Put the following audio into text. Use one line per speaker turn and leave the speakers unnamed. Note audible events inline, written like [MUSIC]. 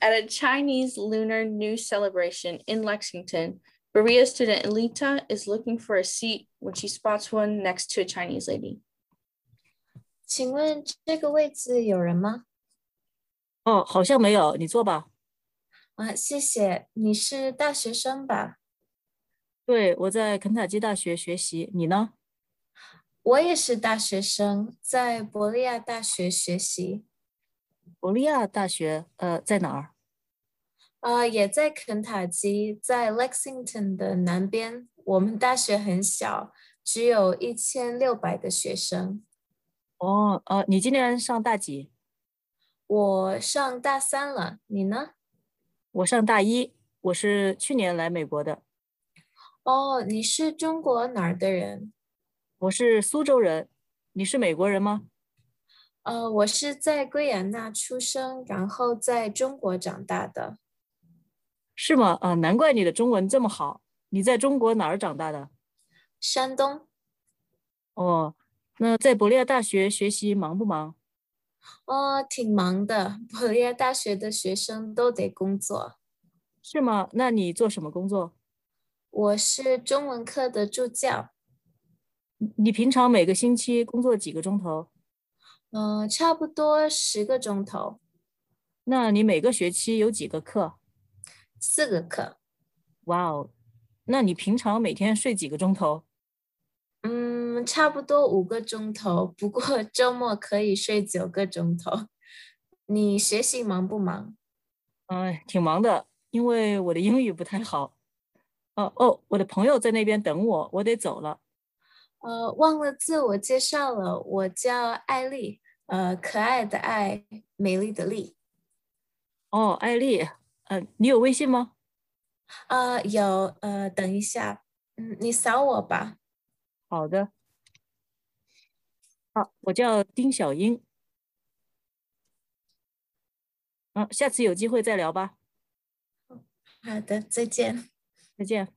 At a Chinese Lunar New celebration in Lexington, Berea student Elita is looking for a seat when she spots one next to a Chinese lady.
请问这个位置有人吗？
哦，好像没有，你坐吧。
啊，谢谢。你是大学生吧？
对，我在肯塔基大学学习，你呢？
我也是大学生，在伯利亚大学学习，
伯利亚大学，呃，在哪儿？
啊，也在肯塔基，在 Lexington 的南边。我们大学很小，只有一千六百个学生。
哦，呃，你今年上大几？
我上大三了，你呢？
我上大一，我是去年来美国的，
哦，你是中国哪儿的人？
我是苏州人，你是美国人吗？
呃，我是在圭亚那出生，然后在中国长大的。
是吗？啊、难怪你的中文这么好。你在中国哪儿长大的？
山东，
哦，那在伯利亚大学学习忙不忙？
哦，挺忙的。伯利亚大学的学生都得工作。
是吗？那你做什么工作？
我是中文课的助教，
你你平常每个星期工作几个钟头？
嗯、呃，差不多十个钟头，
那你每个学期有几个课？
四个课。
哇哦，那你平常每天睡几个钟头？
嗯，差不多五个钟头，不过 [LAUGHS] 周末可以睡九个钟头。你学习忙不忙？
嗯，挺忙的，因为我的英语不太好。哦哦，我的朋友在那边等我，我得走了。
呃，忘了自我介绍了，我叫艾丽，呃，可爱的爱，美丽的丽。
哦，艾丽，呃，你有微信吗？
呃，有，呃，等一下，嗯，你扫我吧。
好的。好，我叫丁小英。嗯，下次有机会再聊吧，
好的，再见。
再见。